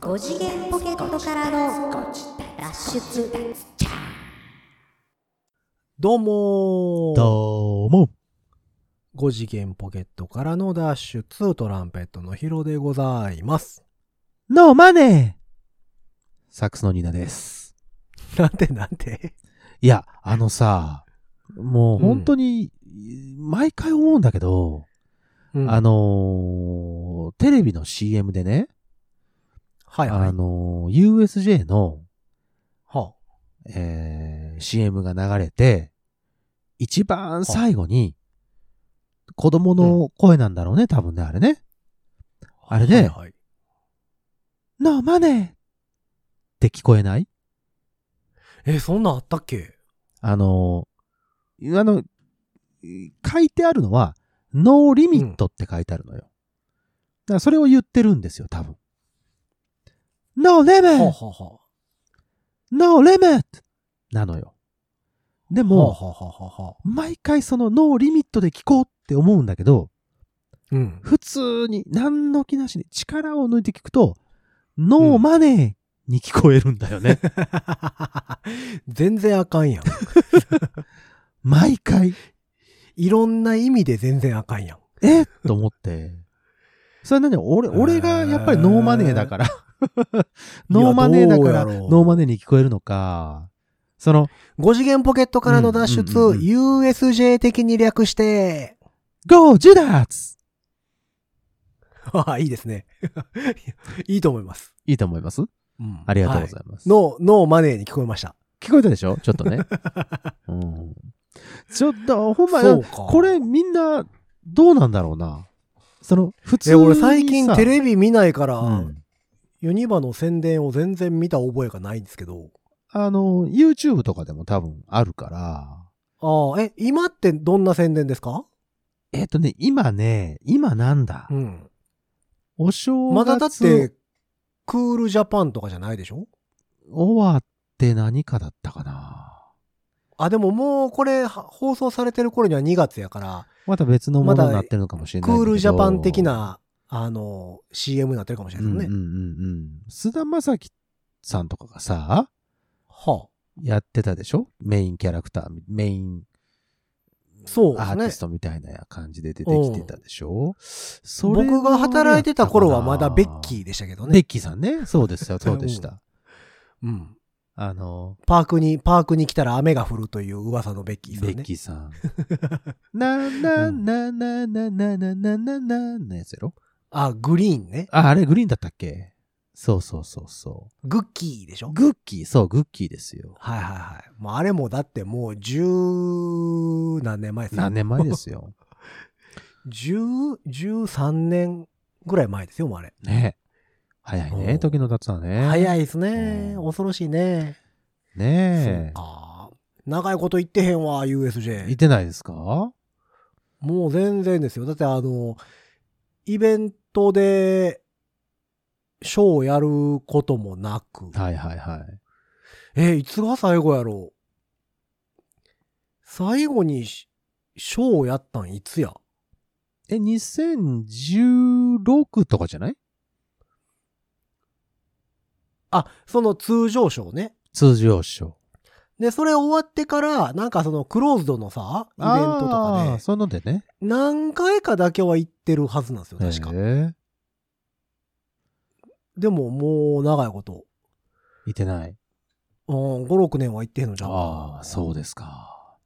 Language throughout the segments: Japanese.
5次元ポケットからの脱出どうもーどうも。 5次元ポケットからの脱出トランペットのヒロでございます。ノーマネーサックスのニーナです。なんてなんていや、あのさ、もう本当に、毎回思うんだけど、うんあのーテレビの CM でね、はいはい。あのー USJ の、はえー CM が流れて、一番最後に、子供の声なんだろうね、多分ね、あれね。あ、あれではいはいノーマネーって聞こえないえ、そんなんあったっけあの、あの、書いてあるのは、ノーリミットって書いてあるのよ。だからそれを言ってるんですよ、多分。ノーレはあメはンあはノーレメンなのよ。であ。はあはも、あはあはあ。毎回そのノーリミットで聞こうって思うんだけど、うん。普通に何の気なしに力を抜いて聞くと、ノーマネーに聞こえるんだよ ね。 全然あかんやん。毎回。いろんな意味で全然あかんやん。えっと思って。それ何俺、俺がやっぱりノーマネーだから。ノーマネーだから、いやどうやろうノーマネーに聞こえるのか。その、 5次元ポケットからの脱出、うんうんうん USJ 的に略して、 ゴージュダーツああ、いいですね。 いいと思います。いいと思いますうんありがとうござはいます。ノー、ノーマネーに聞こえました。聞こえたでしょちょっと ね。うん、ちょっと、ほんまそうに、かこれみんな、どうなんだろうな。その、普通え、にさ俺最近テレビ見ないから、うんユニバの宣伝を全然見た覚えがないんですけど。あの、YouTube とかでも多分あるから、ああ、え、今ってどんな宣伝ですかえっ、とね、今ね、今なんだ、うん。お正月まだだって、クールジャパンとかじゃないでしょ終わって何かだったかな。あ、でももうこれは放送されてる頃には2月やから、また別のものになってるのかもしれないクんだけーど。ルジャパン的な、あの、CM になってるかもしれうなんいうんうですね。んうん。菅田将暉さんとかがさ、はやってたでしょメインキャラクター、メインあ、そうでアーすテねィス。トみたいな感じで出てきてたでしょ、それ僕が働いてた頃はまだベッキー、ーでしたけどね。ベッキーさんね。そうですよ、そうでした。うん。あの、パークに、パークに来たら雨が降るという噂のベッキーさんベね。ッキーさん。ななななななななななのやつやろあ、グリーンね。あ、あれグリーンだったっけそうそうそうそう。グッキーでしょグッキー、そう、グッキーですよ。はいはいはい。もうあれもだってもう十何年前ですよ何年前です よ。十、十三年ぐらい前ですよ、もうあれ。ね早いおうね、時の経つはね。早い。いですね。うん恐ろしいね。ねそうか。長いこと言ってへんわ、え。い USJ。てないですかもう全然ですよ。だってあの、イベントで、ショーをやることもなく。はいはいはい。え、いつが最後やろう最後にしショーをやったんいつやえ、2016とかじゃないあ、その通常ショーね。通常賞。で、それ終わってから、なんかそのクローズドのさ、イベントとかあーで、そういうのでね。何回かだけは行ってるはずなんですよ、確か。えでももう長いこと。えいてない。うん、5、6年は行ってへんのじゃん。ああ、そうですか。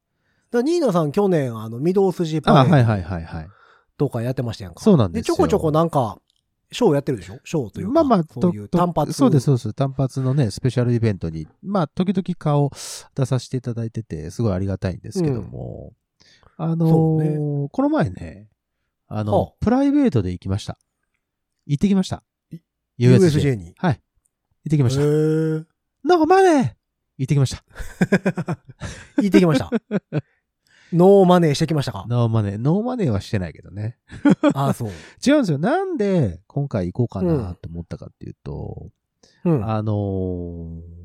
だからニーナさん去年、あの、御堂筋あパーはいレーはいはいはい。ドとかやってましたやんか。そうなんですちょよ。こちょこな、なんか、ショーやってるでしょショーというか。まあまあ、そういう単発。そうです、そうです。単発のね、スペシャルイベントに、まあ、時々顔出させていただいてて、すごいありがたいんですけども、あのそうーこの前ね、あの、はあプライベートで行きました。行ってきましたい。 USJ。 USJ に。はい。行ってきました。へノーーマネー行ってきました。行ってき ました。ノーマネーしてきましたかノーマネー。ノーマネーはしてないけどね。ああ、そう。違うんですよ。なんで、今回行こうかなと思ったかっていうと、うん。はあのー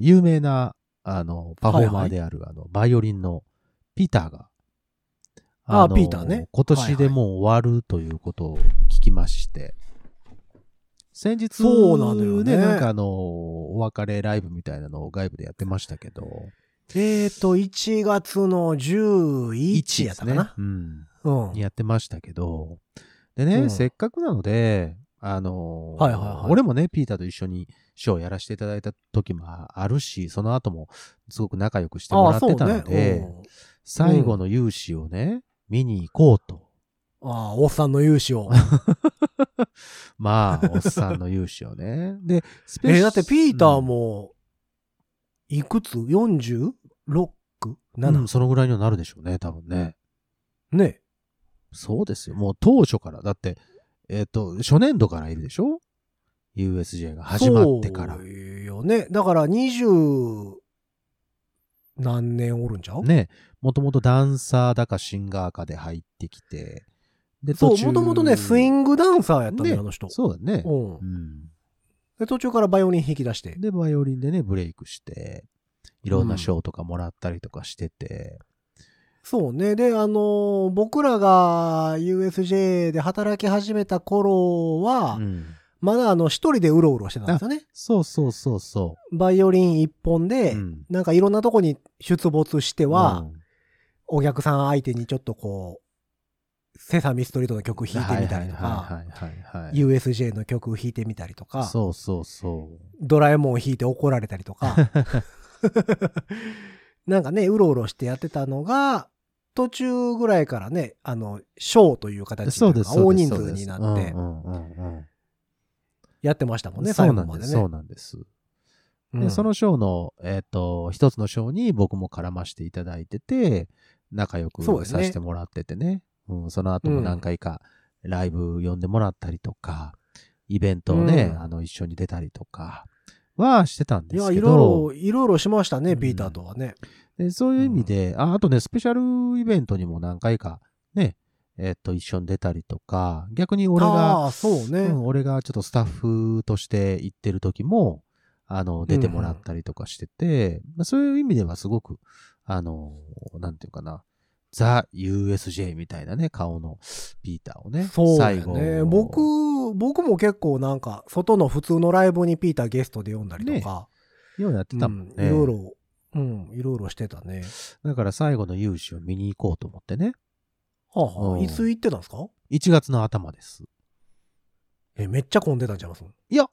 有名な、あの、パフォーマはいはいーである、あの、バイオリンのピーターが、あーのピーターね今年でもう終わるということを聞きまして、先日、そうなのよねなんかあの、お別れライブみたいなのを外部でやってましたけど。えーと、1月の11やったかな。ですねうん。うん。やってましたけど。でね、うんせっかくなので、あのはいはいはい俺もね、ピーターと一緒にショーをやらせていただいた時もあるし、その後もすごく仲良くしてもらってたので、うん最後の勇姿をね、見に行こうと。ああ、おっさんの勇姿を。まあ、おっさんの勇姿を ね。で、スえシーだってピーター、も、いくつ ?46?7? うんうんそのぐらいにはなるでしょうね、多分ね。ね。そうですよ。もう当初から、だって、えっ、と、初年度からいるでしょ ?USJ が始まってからそう。よね。だから20何年おるんちゃう、ね、もともとダンサーだかシンガーかで入ってきて、で、そう、途中もともとね、スイングダンサーやったんだねよ、あの人。そうだね。うんうん。で途中からバイオリン引き出して。で、バイオリンでね、ブレイクして、いろんな賞とかもらったりとかしてて、そうね。で、あのー僕らが USJ で働き始めた頃は、うんまだあの、一人でうろうろしてたんですよね。そうそうそうそバイオリン一本う。で、うんなんかいろんなとこに出没しては、うんお客さん相手にちょっとこう、セサミストリートの曲弾いてみたりとか、はいはいはいはいはい USJ の曲弾いてみたりとか、そうそうそう。ドラえもん弾いて怒られたり とか、なんかね、うろうろしてやってたのが、途中ぐらいからね、あの、ショーという形そうで。です大人そう数ですになってうんうんうんやってましたもうんんね、そ最う後なんまで。ですね。そうなんです。うで、んそのショーの、えっ、と、一つのショーに僕も絡ましていただいてて、仲良くそうですねさせてもらっててね。うん、その後も何回かライブ呼んでもらったりとか、イベントをね、うんあの、一緒に出たりとかはしてたんいですや、けいど、ろいろ、いろいろしましたうね、んピーターとはね。でそういう意味で、あ、あとね、スペシャルイベントにも何回かね、えっ、と、一緒に出たりとか、逆に俺が、ああ、そうね。うん、俺がちょっとスタッフとして行ってる時も、あの、出てもらったりとかしてて、まあ、そういう意味ではすごく、あの、なんていうかな、ザ・ USJ みたいなね、顔のピーターをね、そうだ最よ後。ね。僕、僕も結構なんか、外の普通のライブにピーターゲストで呼んだりとか、ようやってうたもんんね。いろいろ、うん、いろいろしてたね。だから最後の勇姿を見に行こうと思ってね、はあはうあ、んいつ行ってたんですか1月の頭です。え、めっちゃ混んでたんちゃいますそう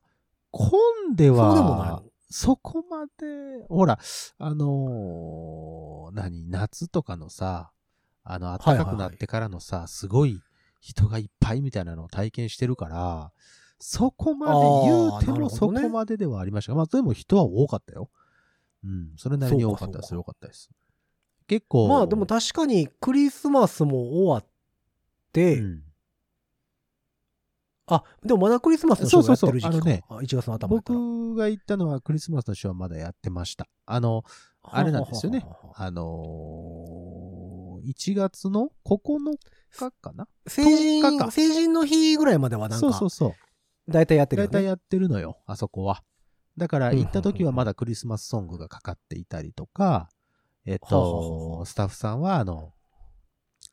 混んででは、もないのそこまで、ほら、あのー何、夏とかのさ、あの、いは暖いはいかくなってからのさ、すごい人がいっぱいみたいなのを体験してるから、そこまで、言うてあーなるもそほどねこまでではありましたが、まあ、でも人は多かったよ。うん、それなりにそう多かかったです、そう多かったです。結構、まあでも確かにクリスマスも終わっうて、ん、あ、でもまだクリスマスのショーがやってる時期か。そうそうそうあのねあ1月の頭やったら僕が行ったのはクリスマスのショーはまだやってました。あの、あれなんですよねはあはあはあはああのー1月の9日かな成10日か人、成人の日ぐらいまではなんそうそかう、そう。大体やって大るよ体ね。やってるのよ、あそこは。だから、うんうんうん行った時はまだクリスマスソングがかかっていたりとか、えっはあはあと、スタッフさんは、あの、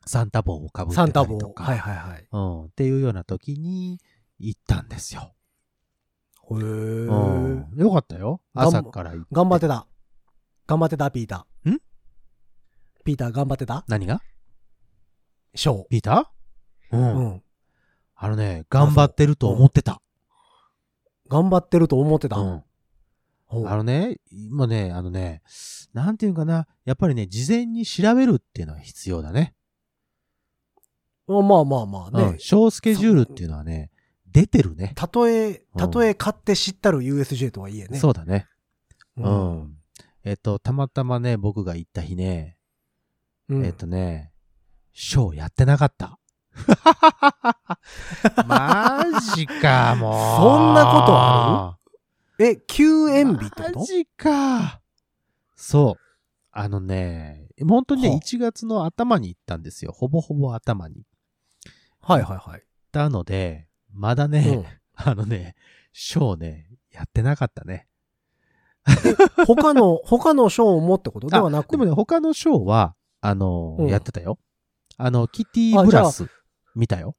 サンタ帽をかぶってサたンりタ帽。とか、はいはいはい。へうん、っていうような時に行ったんですよ。ーうん、よかったよ。頑張朝から行って。頑張ってた。頑張ってた、ピーター。んピーター頑張ってた何がショー。ピーターう。うんん。あのね、頑張ってると思ってた。頑張ってると思ってた。うん。ほうあのね、今ね、あのね、なんていうんかな、やっぱりね、事前に調べるっていうのは必要だね。まあまあまあうね。ん、小スケジュールっていうのはね、出てるね。たとえ、うんたとえ買って知ったる USJ とはいえね。そうだね。う。うんん。えっと、たまたまね、僕が行った日ね、うんえっとね、ショーやってなか った。マジか、もう。そんなことあえ、休園日ってこマとジか。そう。あのね、本当にね、はあ1月の頭に行ったんですよ。ほぼほぼ頭に行っはいはいはい。たので、まだね、あのね、ショーね、やってなかったね。うん他の、他のショーもってことではなく。でもね、他のショーは、あのーうんやってたよ。あの、キティブラス、見たよ。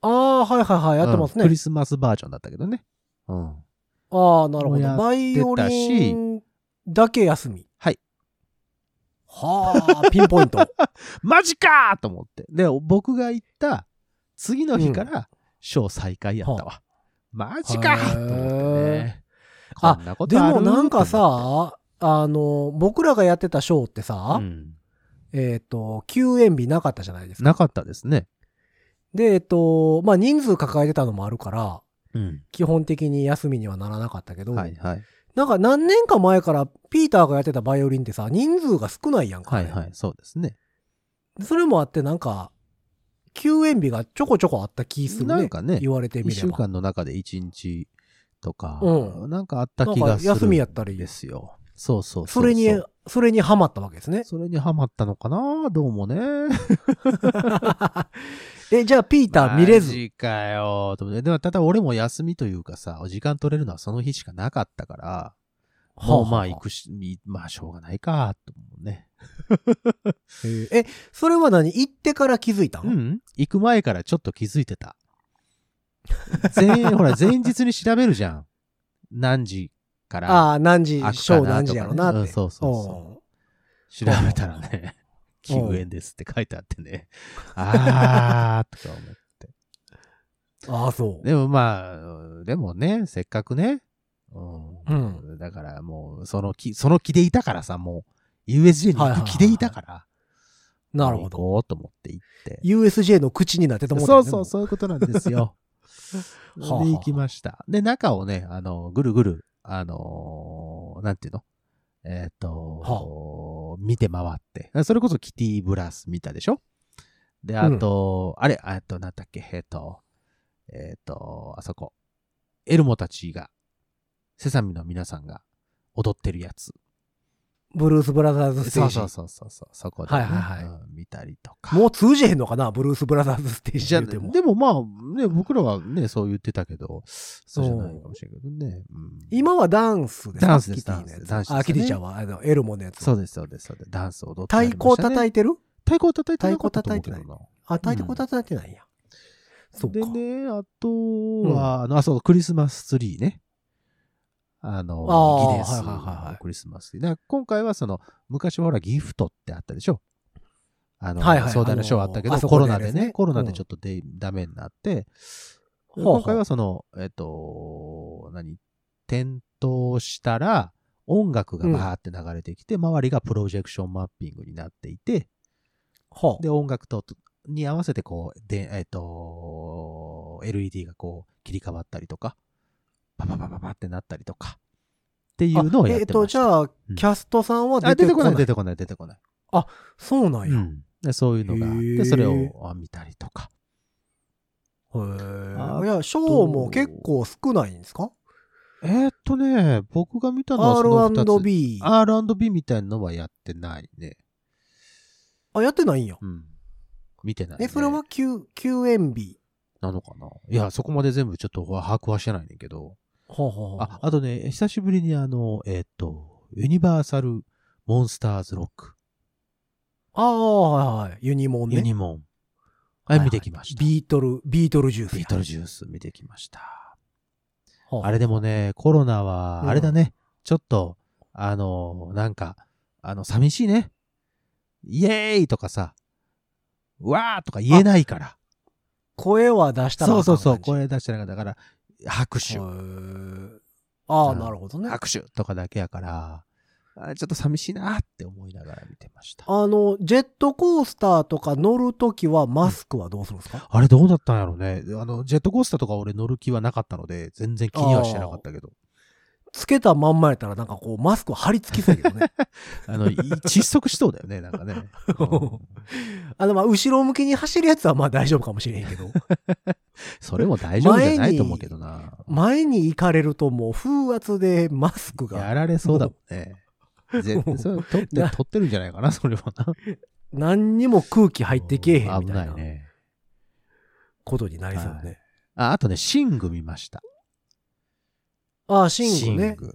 ああ、はいはいはい、やってまうんすクねリ。スマスバージョンだったけどね。うん。ああ、なるほもうやど。っバイオリンだけ休み。はい。はあ、ピンポイント。マジかーと思って。で、僕が行った次の日から、ショー再開やったわ。マジかーと思ってね。へーこんなこでとあるもなんかと思っさ、あの、僕らがやってたショーっててさ、うんえっ、と、休園日なかったじゃないですか。なかったですね。で、えっ、と、まあ、人数抱えてたのもあるから、うん。基本的に休みにはならなかったけど、はいはい。なんか何年か前からピーターがやってたバイオリンってさ、人数が少ないやんか、はねいはい。そうですね。それもあってなんか、休園日がちょこちょこあった気するね。なんかね言われてみ一れ週ば。間の中で一日とか、うなんかあった気なんがかする。休みやったりですよ。そうそうそうれに、そうそれにハマったわけですね。それにハマったのかなどうもね。え、じゃあピーター見れマず。ジかよーと思って。でも、ただ俺も休みというかさ、時間取れるのはその日しかなかったから、もうまあ行くし、みまあしょうがないか、と思うね。へーえ、それは何行ってから気づいた、うんん。行く前からちょっと気づいてた。前、 ほら、前日に調べるじゃん。何時からああ、何時、開くシかョなー何時やろなって。とかねうんそうそうそ調べたらね、 うん休園ですって書いてあってね。 あー、とか思って。うんああ、そう。でもまあうん、でもね、せっかくね。うんうだからもう、その気、その気でいたからさ、もう、USJ に行く気でいたから、なるほもど。う行こうと思って行って。 USJ の口になってたもんね。そうそう、う。そういうことなんですよ。で、 はあはあ行きました。で、中をね、あの、ぐるぐる、あのーなんていうのえっ、と、見て回って。それこそキティブラス見たでしょで、あと、あれ、あと、なんだっけ、えっ、と、えっ、と、あそこ。エルモたちが、セサミの皆さんが踊ってるやつ。ブルース・ブラザーズステそーうジ。そうそうそうそう、そこでね、はいはいはいうん見たりとか。もう通じへんのかなブルース・ブラザーズステージじゃ言うても。でもまあ、ね、僕らはね、そう言ってたけど、そうじゃないかもしれないけどね。うん今はダンスですかダンスですキティのやつダンスですあ、キティちゃんは、あの、エルモのやつ。そうです、そうです、そうです。ダンスを踊って太鼓い叩いてる太鼓叩いてなかったと思うけ太ど鼓叩いてな。あ、太鼓叩いてないんや。そうか。でね、あとは、あの、あ、そう、クリスマスツリーね。あのあ、ーギネスはいはいはいはいのクリスマスツリー。だから今回はその、昔はほらギフトってあったでしょ。あの、はいはい壮大なショーあったけど、あのーあそコこロでやナるでやつねね、コロナうでんちょっとで、ダメになって、ほうほう今回はその、えっと、何、点灯したら、音楽がバーって流れてきて、周りがプロジェクションマッピングになっていて、ほう。で、音楽と、に合わせてこう、で、えっ、と、LED がこう、切り替わったりとか、パパパパパってなったりとか、っていうのをあやえっってまと、しじた。ゃあん、キャストさんはあ出出ててここなな。いい、出てこない、出てこない。そうなんや。うんでそういうのがあっへて、ーそれをあ見たりとか。あへーといや、ショーも結構少ないんですかえーっとね、僕が見たのはその2つ。 ?R&B。あ R&B みたいなのはやってないね。やってないんや。うん。見てない、ね。え、それは休、休園日。なのかないや、そこまで全部ちょっと把握はしてないねんだけど。ほうほうほうあ、あとね、久しぶりにあの、えーっ、と、ユニバーサル・モンスターズ・ロック、ああ、はいはい。ユニモンね。ユニモン。あはれいはい見てきました。ビートル、ビートルジュースや。ビートルジュース見てきました。ほうあれでもね、コロナは、うんあれだね、ちょっと、あの、なんか、あの、寂しいね。イエーイとかさ、わーとか言えないから。声は出したらそうそうそう、声。声出してなかったから、拍手へ。ーああ、なるほどね。拍手とかだけやから、あちょっと寂しいなって思いながら見てました。あの、ジェットコースターとか乗るときはマスクはどうするんですか、あれどうだったんやろうね。あの、ジェットコースターとか俺乗る気はなかったので、全然気にはしてなかったけど。つけたまんまやったらなんかこうマスク貼り付きそうやけ どね。あの、い窒息しそうだよ ね、なんかね。うんあの、まあ、後ろ向きに走るやつはまあ大丈夫かもしれへんけど、 それも大丈夫じゃないと思うけどな。前に行かれるともう風圧でマスクやがられそうだもんね。 絶対、それ取って、な取ってるんじゃないかな、それはな。何にも空気入ってけえへんうんみ危たないいなね。ことになりそうね。あ、あとね、シング見ました。ああ、シングシンね。グ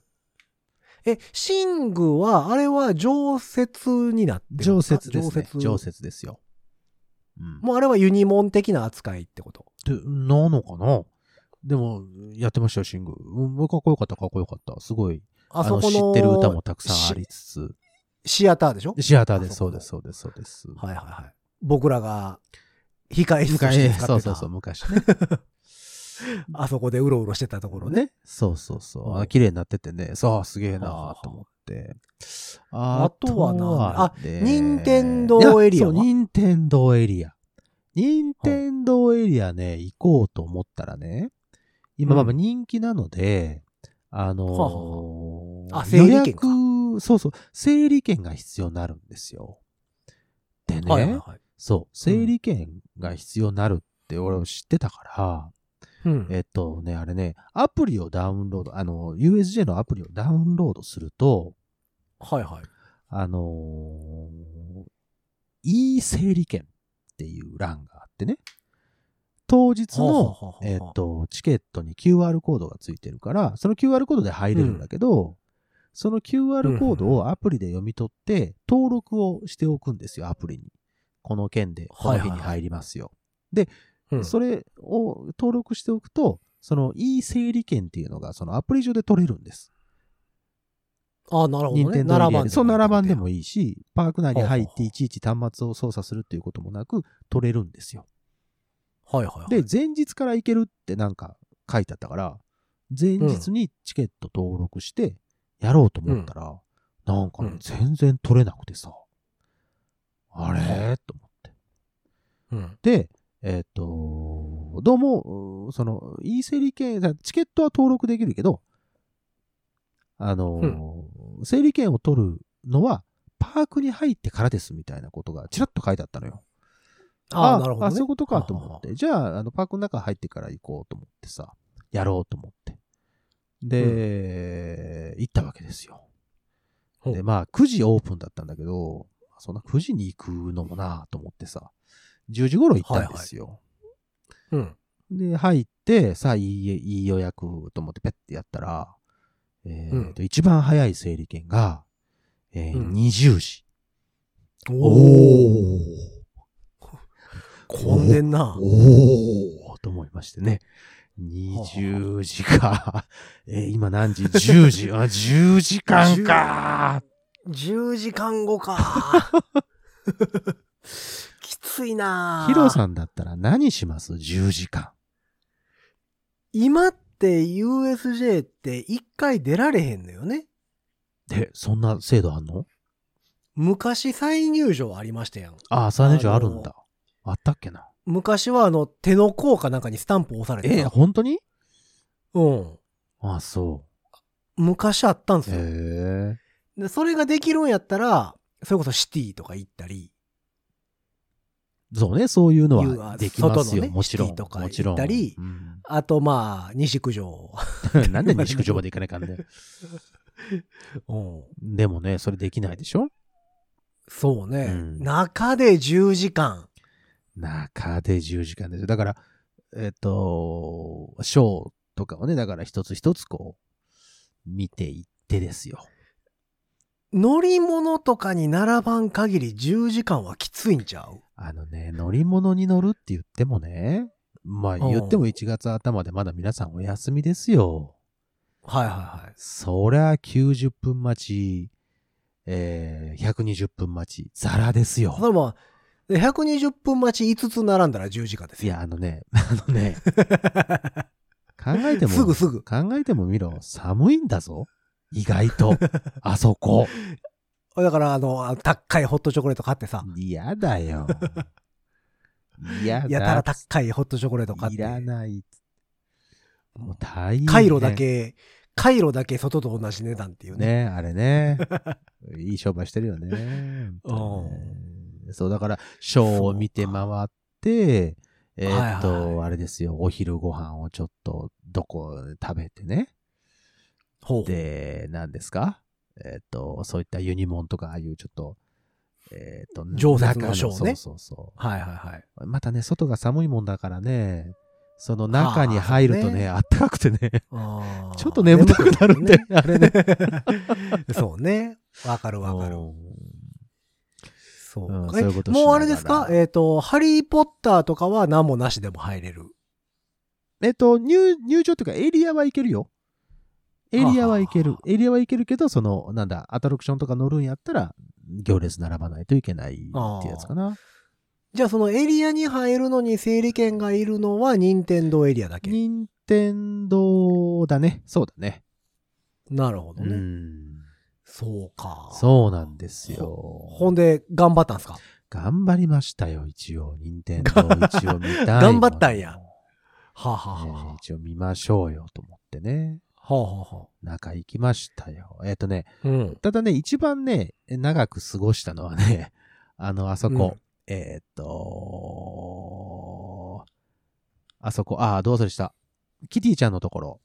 え、シングは、あれは常設になってるん常すか設ですね。常設常設ですよ。うん。もうあれはユニモン的な扱いってこと。って、なのかなでも、やってましたよ、シング。うん、かっこよかった、かっこよかった。すごい。あそこ知のってる歌もたくさんありつつ。シアターでしょシアターであす、そそこうです、そうです、そうです。はいはいはい。僕らが、控え室として昔、使ってそたうそうそう、昔ね。あそこでうろうろしてたところね。 ね。そうそうそう。うんあ綺麗になっててね。そう、すげえなと思って。あとはなんだあとはねあ任天堂エリアはいやそう、任天堂エリア。任天堂エリアね、行こうと思ったらね、今、まあまあうん人気なので、あのーはあはああ予整理券か約、そうそう、整理券が必要になるんですよ。でね、はいはいはい。そう、整理券が必要になるって俺は知ってたから、うんえっとね、あれね、アプリをダウンロード、あの、USJ のアプリをダウンロードすると、はいはい。あのーいい整理券っていう欄があってね、当日はあはのあは、あえっと、チケットに QR コードがついてるから、その QR コードで入れるんだけど、その QR コードをアプリで読み取って、登録をしておくんですよ、アプリに。この件で、この日に入りますよ。うんそれを登録しておくと、その e 整理券っていうのがそのアプリ上で取れるんです。あ、なるほど任ね。天堂エリア7で番。そう、7番でももいいし、パーク内に入っほうほうてほういちいち端末を操作するっていうこともなく取れるんですよ。いい。はいはいはい。で、前日から行けるってなんか書いてあったから、前日にチケット登録してやろうと思ったら、なんかうねん、全然取れなくてさ、あれと思って。うん。で、えっ、と、どうも、うその、e 整理券、だチケットは登録できるけど、あのー、整理券を取るのは、パークに入ってからですみたいなことがちらっと書いてあったのよ。ああ、なるほど、あ、ね。そういうことかと思って。じゃあ、あの、パークの中入ってから行こうと思ってさ、やろうと思って。で、行ったわけですよ。ほうで、まあ、9時オープンだったんだけど、そんな9時に行くのもなぁと思ってさ、10時頃行ったんですよ。うん。うん。で、入って、さあ、いいえ、いい予約と思ってペッてやったら、えーうんと、一番早い整理券が、えーうん20時。おー。 混んでんおな。おと思いましてね。20時か。 えー今何時 ?10 時。あ、10時間か。 10時間後 か。きついな。ヒロさんだったら何します ?10 時間。今って USJ って一回出られへんのよね。で、そんな制度あんの昔再入場ありましたやん。ああ、3年以上あるんだ。あったっけな。昔はあの手の甲かなんかにスタンプ押されてえーた。本当にうん。ああ、そ昔あったんでう。すへよ、え。で。それができるんやったら、それこそシティとか行ったり、そうね、そういうのいうあはできます外のよ。ねもちろシん。ティとかもちろん。行ったりうん あとまあ、西九条。 なんで西九条まで行かないかんね。うん。でもね、それできないでしょそうね、うん中で10時間。中で10時間ですよ。だから、えっ、と、ショーとかをね、だから一つ一つこう、見ていってですよ。乗り物とかに並ばん限り10時間はきついんちゃうあのね、乗り物に乗るって言ってもね、まあうん言っても1月頭でまだ皆さんお休みですよ。はいはいはい。そりゃ90分待ち、えー、120分待ち、ザラですよそ。れも、で120分待ち5つ並んだら10時間ですいよ。や、あのね、あの ね、考えても、すぐすぐ。考えてもみろ、寒いんだぞ。意外と、あそこ。だから、あの、あ高いホットチョコレート買ってさ、嫌だよ。嫌だ。やたら高いホットチョコレート買っいらて、ない。もう大変。カイロだ。け、カイロだけ外と同じ値段っていうね。ね、あれね。いい商売してるよね。本当ねそう、だから、ショーを見て回って、えーっと、はいはいはあれですよ、お昼ご飯をちょっと、どこ食べてね。ほうで、何ですかえーっ、と、そういったユニモンとか、ああいうちょっと、えーっ、と、常設の中ショーねそうそうそはいはいはい。う。またね、外が寒いもんだからね、その中に入るとね、はあったかくてね、あーちょっと眠たくなるんで、あれ ね。 そうね。わかるわかる。うんそううんか。そういうことしながもらうあれですかえっ、と、ハリーポッターとかは何もなしでも入れる。えっと、入、入場というかエリアは行けるよ。エリアは行けるは。エリアは行けるけど、その、なんだ、アトラクションとか乗るんやったら、行列並ばないといけないってやつかな。じゃあそのエリアに入るのに整理券がいるのは任天堂エリアだけ。任天堂だね。そうだね。なるほどうね。ん。そうか。そうなんですほよ。んで、頑張ったんすか頑張りましたよ、一応。任天堂一応見たいの。 頑張ったんやはあ、はあはあねは一応見ましょうよと思ってね。あ、はあはあは中行きましたよ。えっ、とね、あ、うん。ただね、一番ね、長く過ごしたのはね、 あの、あそこ、えっ、とあそこ、ああ、どうするした。キティちゃんのところ。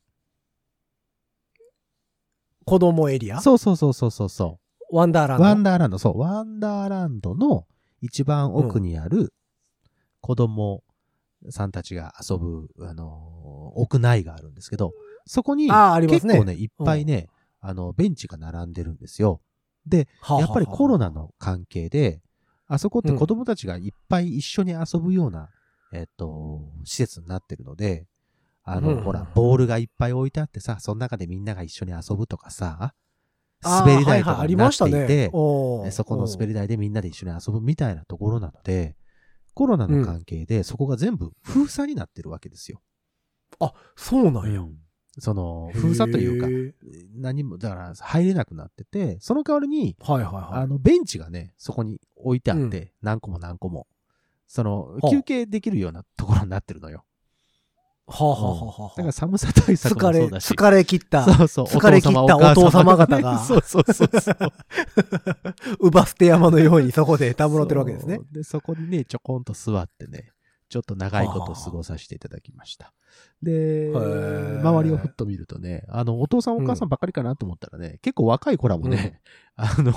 子供エリアそうそうそうそうそうそワンダーラう。ンド。ワンダーランド、そう、ワンダーランドの一番奥にある子供さんたちが遊ぶ、あのー屋内があるんですけど、そこに、ああ、ありま結すね。構ね、いっぱいね、あの、ベンチが並んでるんですよ。で、はあはあはあやっぱりコロナの関係で、あそこって子供たちがいっぱい一緒に遊ぶような、えっと、施設になってるので、あの、うんほら、ボールがいっぱい置いてあってさ、その中でみんなが一緒に遊ぶとかさ、あー滑り台とはいはいかあにりなっましてたいて、ね。おーえそこの滑り台でみんなで一緒に遊ぶみたいなところなので、コロナの関係でそこが全部封鎖になってるわけですよ。あ、そうなんや。その、封鎖というか、何も、だから入れなくなってて、その代わりに、か。はいはいはい。あの、ベンチがね、そこに置いてあって、うん何個も何個も。その、はあ休憩できるようなところになってるのよ。はあ、はあはあはあだから寒さ対策疲もれ、そうだし。疲れ切った、そうそう疲れ切ったお父様方が そうそうそうそう。 ウバステ山のようにそ こでたむろってるわけですねそ。う。で、そこにね、ちょこんと座ってね、ちょっと長いこと過ごさせていただきました。で、ー周りをふっと見るとね、あの、お父さんお母さんばっかりかなと思ったらね、結構若い子らもね、 あの、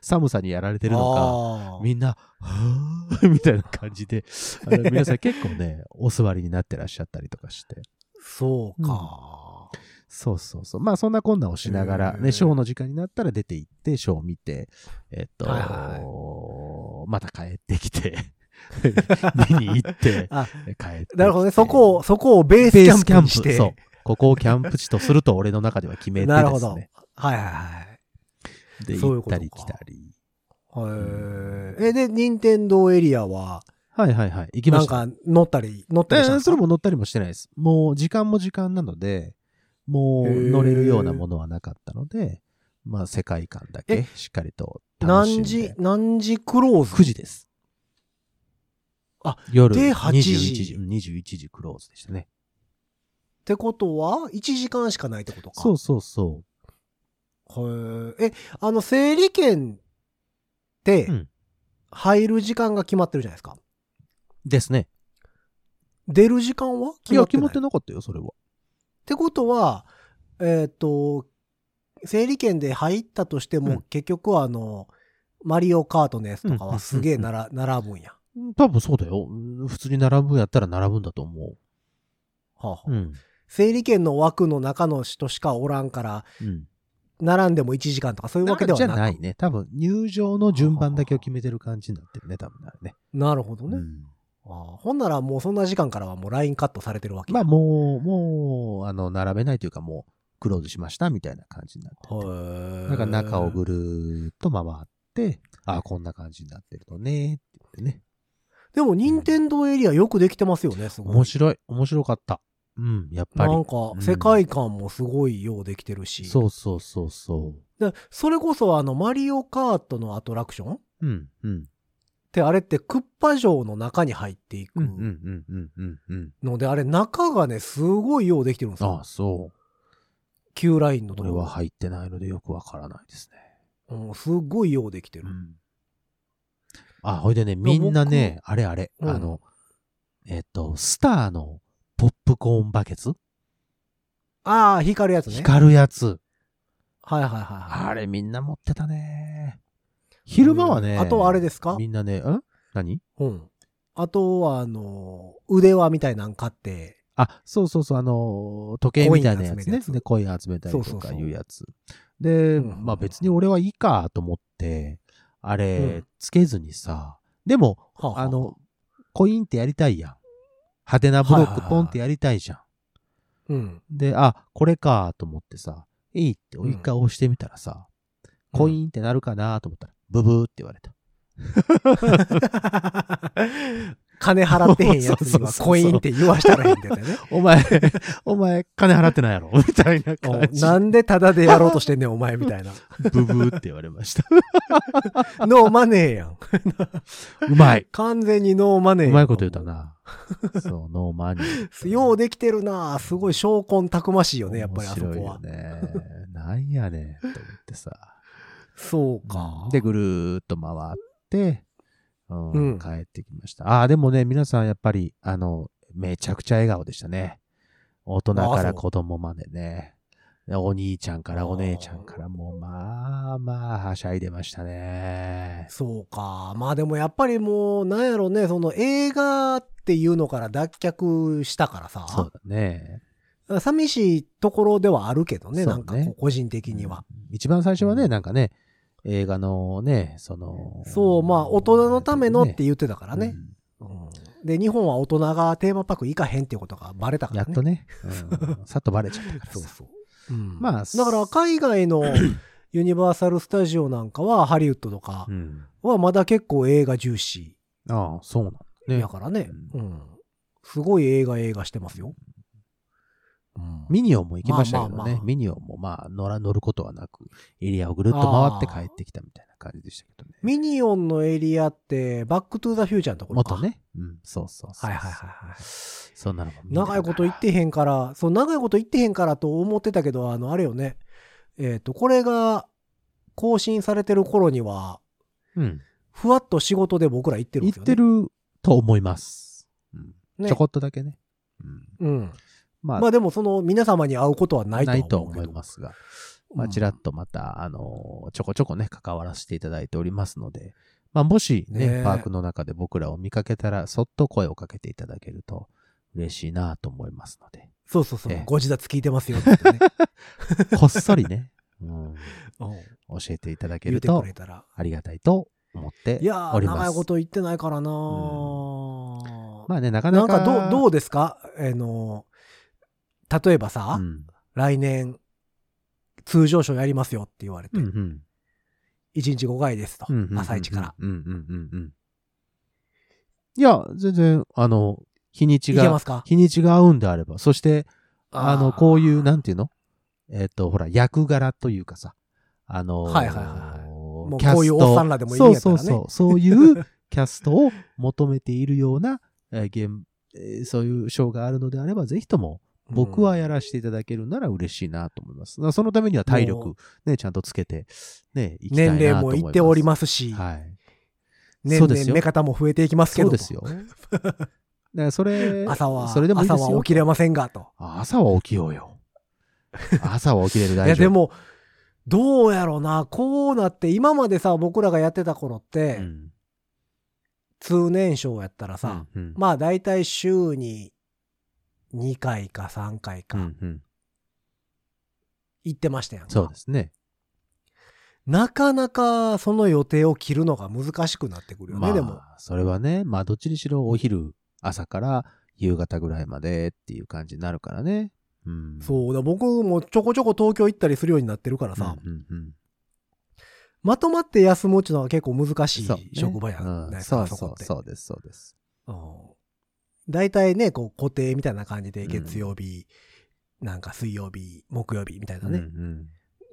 寒さにやられてるのか、あーみんな、はぁーみたいな感じで、あの皆さん結構ね、お座りになってらっしゃったりとかして。そうか。そうそうそう。まあそんなこんなをしながら、へーね、ショーの時間になったら出て行って、ショーを見て、えっと、はいはいはいまた帰ってきて、 見に行って、あ、帰ってきて。なるほどね。そこを、そこをベースベキーャンスキプャンにプして。そう。ここをキャンプ地とすると俺の中では決めてですね。なるほど。はいはいはい。で、そう行っいうことたかり来たり。へーえ、で、任天堂エリアは、はいはいはい。行きまなしんた。か乗ったり、乗ったりしたえんでーすかそれも乗ったりもしてないです。もう時間も時間なので、もう乗れるようなものはなかったので、まあ世界観だけしっかりと楽しん何で。時、何時クローズ ?9 時です。あ、夜で8 21時時。21時クローズでしたね。ってことは、1時間しかないってことか。そうそうそう。へえ。え、あの、整理券ってうん、入る時間が決まってるじゃないですか。ですね。出る時間はい決まや、って決なまいってなかったよ、それは。ってことは、えっ、と、整理券で入ったとしても、うん結局はあの、マリオカートのやつとかはすげえなら、並ぶんや。うん多分そうだよ。うん普通に並ぶやったら並ぶんだと思はあはあう。うん。整理券の枠の中の人しかおらんから、うん。並んでも1時間とかそういうわけではじなゃくないね。多分入場の順番だけを決めてる感じになってるね、多分あれね。なるほどね。うんああほんならもうそんな時間からはもうラインカットされてるわけまや。あもう、もう、あの、並べないというかもう、クローズしましたみたいな感じになってて。へえなんか中をぐるーっと回って、あこんな感じになってるとね、って言ってね。でも、任天堂エリアよくできてますよね、すご面い。白い、面白かった。うん、やっぱなんり。かう、ん世界観もすごいようできてるし。そうそうそうそでそれこそ、あの、マリオカートのアトラクションっう。うん、うん。て、あれってクッパ城の中に入っていくうん、うん、うん、うん、うん。ので、あれ、中がね、すごいようできてるんですあよ。そう。 Q ラインのとこれこはろ。入ってないのでよくわからないですね。うんすごいようできてる。あ、ほいでね、みんなね、あれあれ、うんあの、えっと、スターのポップコーンバケツああ、光るやつね。光るやつ。はいはいはいはい。あれみんな持ってたね。昼間はね。うんあとはあれですかみんなね、ん何うん。あとは、あの、腕輪みたいなん買って、あ、そうそうそう、あのー、時計みたいなやつコイン集めるやね。つで、コイン集めたりとそうそうかそういうやつ。で、うんまあ別に俺はいいかと思って、あうれん、つけずにさ、でも、ははあの、コインってやりたいやん。派手なブロックポンってやりたいじゃん。 うん。で、あ、これかと思ってさ、いいって一回押してみたらさ、コインってなるかなと思ったら、ブブーって言われた。金払ってへんやつにはコインって言わしたらへんけどね。お 前、お前、金払ってないやろみたいなお 感じ。なんでタダでやろうとしてんねん、お前みた いな。ブブーって言われました。ノーマネーやん。うまい。完全にノーマネうーやん。まいこと言った な。そう、ノーマニー。ようできてるなぁすごい昇魂たくましいよね、やっぱりあそ面こ白。はいよね。なんやねんと思って さ。そうか。で、ぐるーっと回って、うんうん帰ってきました。ああ、でもね、皆さんやっぱり、あの、めちゃくちゃ笑顔でしたね。大人あかそらう子供までね。でお兄ちゃんからお姉ちゃんからもう、まあまあ、はしゃいでましたね。そうか。まあでもやっぱりもう、なんやろね、その映画っていうのから脱却したからそうさ、だね。寂しいところではあるけどね、そうねなんかこう個人的には。一番最初はね、なんかね、映画のね、その、そう、まあ大人のためのってう言ってたからね。うんで、日本は大人がテーマパーク行かへんっていうことがバレたうかんやらっね。とね、うんさっとバレちゃったからそうさ。そう。うんまあだから海 外のユニバーサル・スタジオなんかは、ハリウッドとかうん。はまだ結構映画重視ああ、そうなんだね。やからね。うん。すごい映画映画してますよ。うんミニオンも行きましたけどね、まあまあまあミニオンもまあ乗ら乗ることはなく、エリアをぐるっと回って帰ってきたみたいな感じでしたけどね。ミニオンのエリアって、バックトゥーザフューチャーのところか。元。ね。うん、そうそうそう。はいはいはいはい。そんなのも見なが長らいこと言ってへんから、そう、長いこと言ってへんからと思ってたけど、あの、あれよね。えっ、と、これが更新されてる頃には、うん。ふわっと仕事で僕ら行ってるん言でっすよてね。ると思います。うんねちょこっとだけね。うん、うん。まあ、まあでも、その、皆様に会うことはないとはないと思うけ思どいますが、まあ、ちらっとまた、あのーちょこちょこね、関わらせていただいておりますので、まあ、もしね、ねえパークの中で僕らを見かけたら、そっと声をかけていただけると嬉しいなと思いますの で。そうそうそうええ。ご自立聞いてますよって言って ね。こっそりね、うん、うん教えていただけ言るってくとれたら。ありがたいと思っていやおー、ります。長いこと言ってないからなーまあね、なかななんか。かどう、どうですかあの、例えばさ、うん来年、通常賞やりますよって言われて、うんうん1日5回ですと、うんうん朝一から。。うんうんうんうん。いや、全然、あの、日にちいけまが、すか日にちが合うんであれば、そして、あの、こういう、なんんていうのえっ、と、ほら、役柄というかさ、あのーはいはいはいはいもうキャストこういうおっさんらでもいいんやったらねそうそうそう、そういうキャストを求めているような、えー現えーそういう賞があるのであれば、ぜひとも、僕はやらせていただけるなら嬉しいなと思います。だからそのためには体も力、ね、ちゃんとつけて、ね、行きたいなと年思いま齢す。もいっておりますし、はい。年そうです々よ目方も増えていきますけそうどでと、すよ。だ からそれ、朝は、それでもいいです朝よは起きれませんがと。あ朝は起きよう よ。朝は起きれるい大や、丈夫。でも、どうやろうな、こうなって、今までさ、僕らがやってた頃って、うん、通年賞やったらさ、うんうんまあ大体週に2回か3回うかんうん行ってましたやんか、そうですね。なかなかその予定を切るのが難しくなってくるよね、まあ、でも。それはね、まあ、どっちにしろお昼、朝から夕方ぐらいまでっていう感じになるからね。うん。そうだ僕もちょこちょこ東京行ったりするようになってるからさ、うんうんうんまとまって休むっていうのは結構難しそうねい職場やうんんないですそか、うそそこっう、て。そうです、そうです。うん大体ね、こう固定みたいな感じでうん月曜日、なんか水曜日、木曜日みたいなうんうね、ん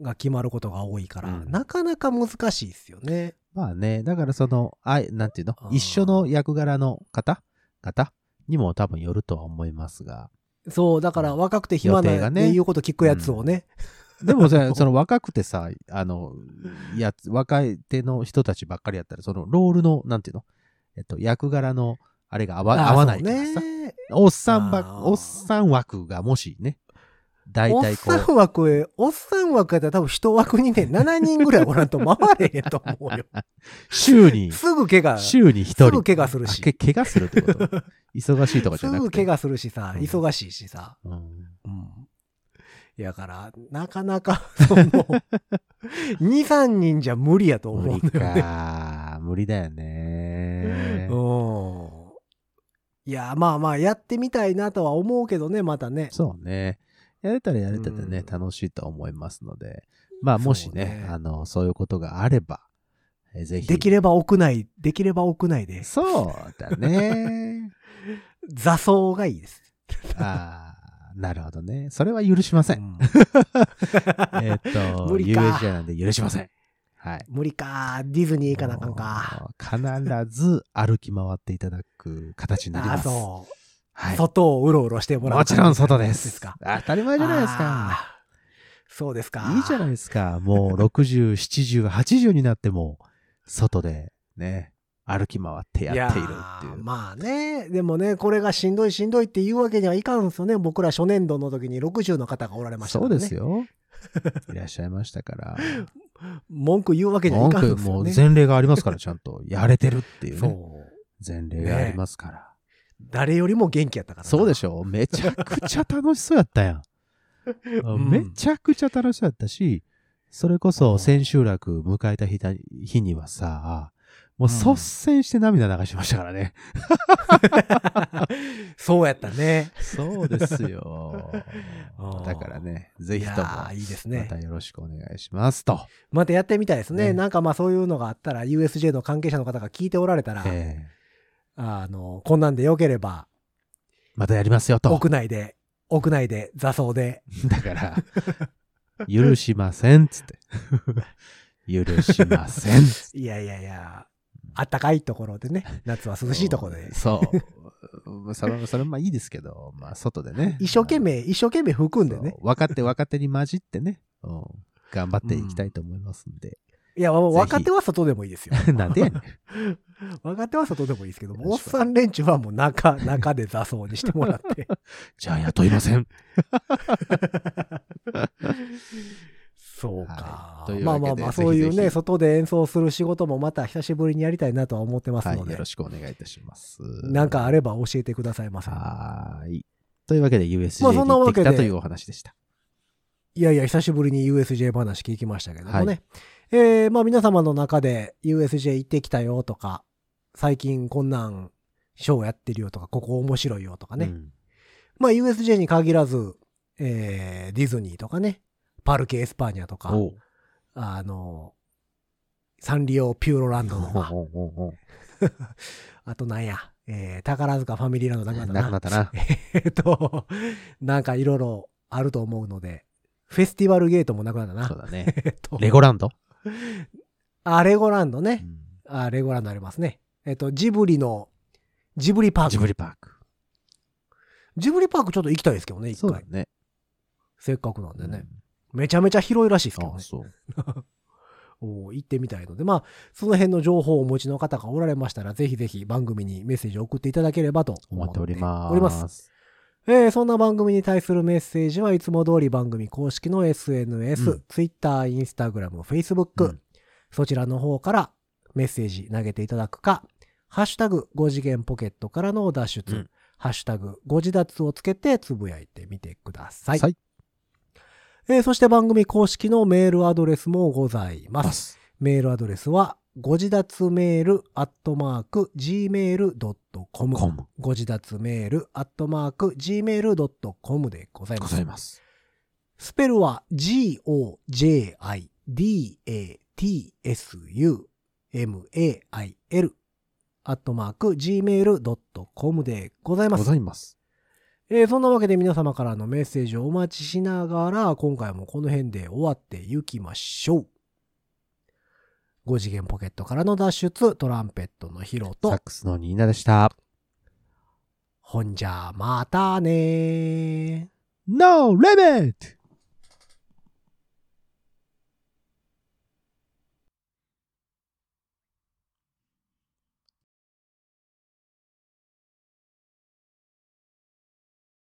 が決まることが多いから、うんなかなか難しいですよね。まあね、だからその、あいなんていうのあー一緒の役柄の方方にも多分よるとは思いますが。そう、だから若くて暇な予定っがてねいうこと聞くやつをね。でも さ、その若くてさ、あの、やつ、若い手の人たちばっかりやったら、そのロールの、なんていうのえっと、役柄の、あれが合わあー合わないそうからさ。ね。おっさんあば、ーおっさん枠がもしね、大おっ体こさう、ん枠へ、おっさん枠やったら多分一 枠にね、7人ぐらいおらんと回れへんと思うよ。週に、すぐ怪我、す週に一人。すぐ怪我するしあけ怪我するってこと 忙しいとかじゃなぐくて。怪我するしさ、うん忙しいしさ。うんうん。やから、なかなか、 その、2、3人じゃ無理やと思無理うんだよね。か。無理だよね。うん。いや、まあまあ、やってみたいなとは思うけどね、またね。そうね。やれたらやれててね、うん楽しいと思いますので、まあ、もしね、そうねあの、そういうことがあれば、えーぜひ。できれば屋内、できれば屋内で、そうだ ね。座奏がいいです。ああ、なるほどね。それは許しません。 えっと、 無理か USJ なんで許しません。はい。無理か、ディズニー行かなあかんか。もう。必ず歩き回っていただく形になりあまあ、す。そう。はい。外をうろうろしてもらう。もちろん外です。ですか。当たり前じゃないですか。あー。そうですか。いいじゃないですか。もう60、70、80になっても、外でね、歩き回ってやっているっていう。やーまあね、でもね、これがしんどいしんどいっていうわけにはいかんですよね。僕ら初年度の時に60の方がおられましそたかうら、ね。です よ。いらっしゃいましたから。文句言うわけにはい文かん句、ですもようね。前例がありますから、ちゃんと。やれてるっていうね。そう。前例がありますから。誰よりも元気やったからな。そうでしょめちゃくちゃ楽しそうやったやん。んめちゃくちゃ楽しそうやったし、それこそ千秋楽迎えた日だ日にはさ、もう率先して涙流しましたからね。 そうやったね。そうです ようん。だからね、ぜいひとも、やーまいいですね。たよろしくお願いしますと。またやってみたいですねねなんかまあそういうのがあったら、USJ の関係者の方が聞いておられたら、ええあの、こんなんでよければ、またやりますよと。屋内で、屋内で、座奏で、だから、許しませんっつ って。許しませんっつっていやいやいや、あったかいところ でね、夏は涼しいところで。そう。うんそれそれもまあいいですけど、まあ外でね。一生懸命、一生懸命含んでねそう。若手若手に混じってね、うん、頑張っていきたいと思いますんで。いや、もうぜひ若手は外でもいいです よ。なんでやね ん。若手は外でもいいですけど、確かにおっさん連中はもう中、中で座奏にしてもらって。 じゃあ雇いません。そうか。はいというわまあけでまあまぜひぜあ、ひそういうね、外で演奏する仕事もまた久しぶりにやりたいなとは思 ってますはい、のよで、ろしくお願いいたします。なんかあれば教えてくださいませ。はーい。というわけで USJ まあにそんな行っわてけきでたというお話でした。いやいや、久しぶりに USJ 話聞きましたけどもね。はいえー、まあ皆様の中で USJ 行ってきたよとか、最近こんなんショーやってるよとか、ここ面白いよとかね。うんまあ USJ に限らず、えー、ディズニーとかね、パルケ・エスパーニャとか、おうあの、サンリオ・ピューロランドのおうおうおうおうあとなんや、えー、宝塚ファミリーランドなくなったな。なくなったな。 えーっと、なんかいろいろあると思うので、フェスティバルゲートもなくなったそうな。だね。えーっと、 レゴランド、あ、レゴランドうね。んあ、レゴランドありますね。えーっと、ジブリの、ジブリパーク。ジブリパーク。ジブリパークちょっと行きたいですけどね、一そうだ回。ね。せっかくなんでね。うんめちゃめちゃ広いらしいですけどあねあ、。そう。おー行ってみたいので、まあ、その辺の情報をお持ちの方がおられましたら、ぜひぜひ番組にメッセージを送っていただければと思っております。おります。えーそんな番組に対するメッセージはいつも通り番組公式の SNS、うん Twitter、Instagram、Facebook、うんそちらの方からメッセージ投げていただくか、ハッシュタグ5次元ポケットからの脱出、うんハッシュタグ5次脱をつけてつぶやいてみてください。はいえーそして番組公式のメールアドレスもございます。ます。メールアドレスは、ご自立メールアットマーク gmail.com。コム。ご自立メールアットマーク gmail.com でございごまざすい。ます。スペルは g-o-j-i-d-a-t-s-u-m-a-i-l アットマーク gmail.com でございまごすざ。います。えーそんなわけで皆様からのメッセージをお待ちしながら、今回もこの辺で終わっていきましょう。5次元ポケットからの脱出、トランペットのヒロサとッ、クスのニーナでした。ほんじゃまたねー。 No limit!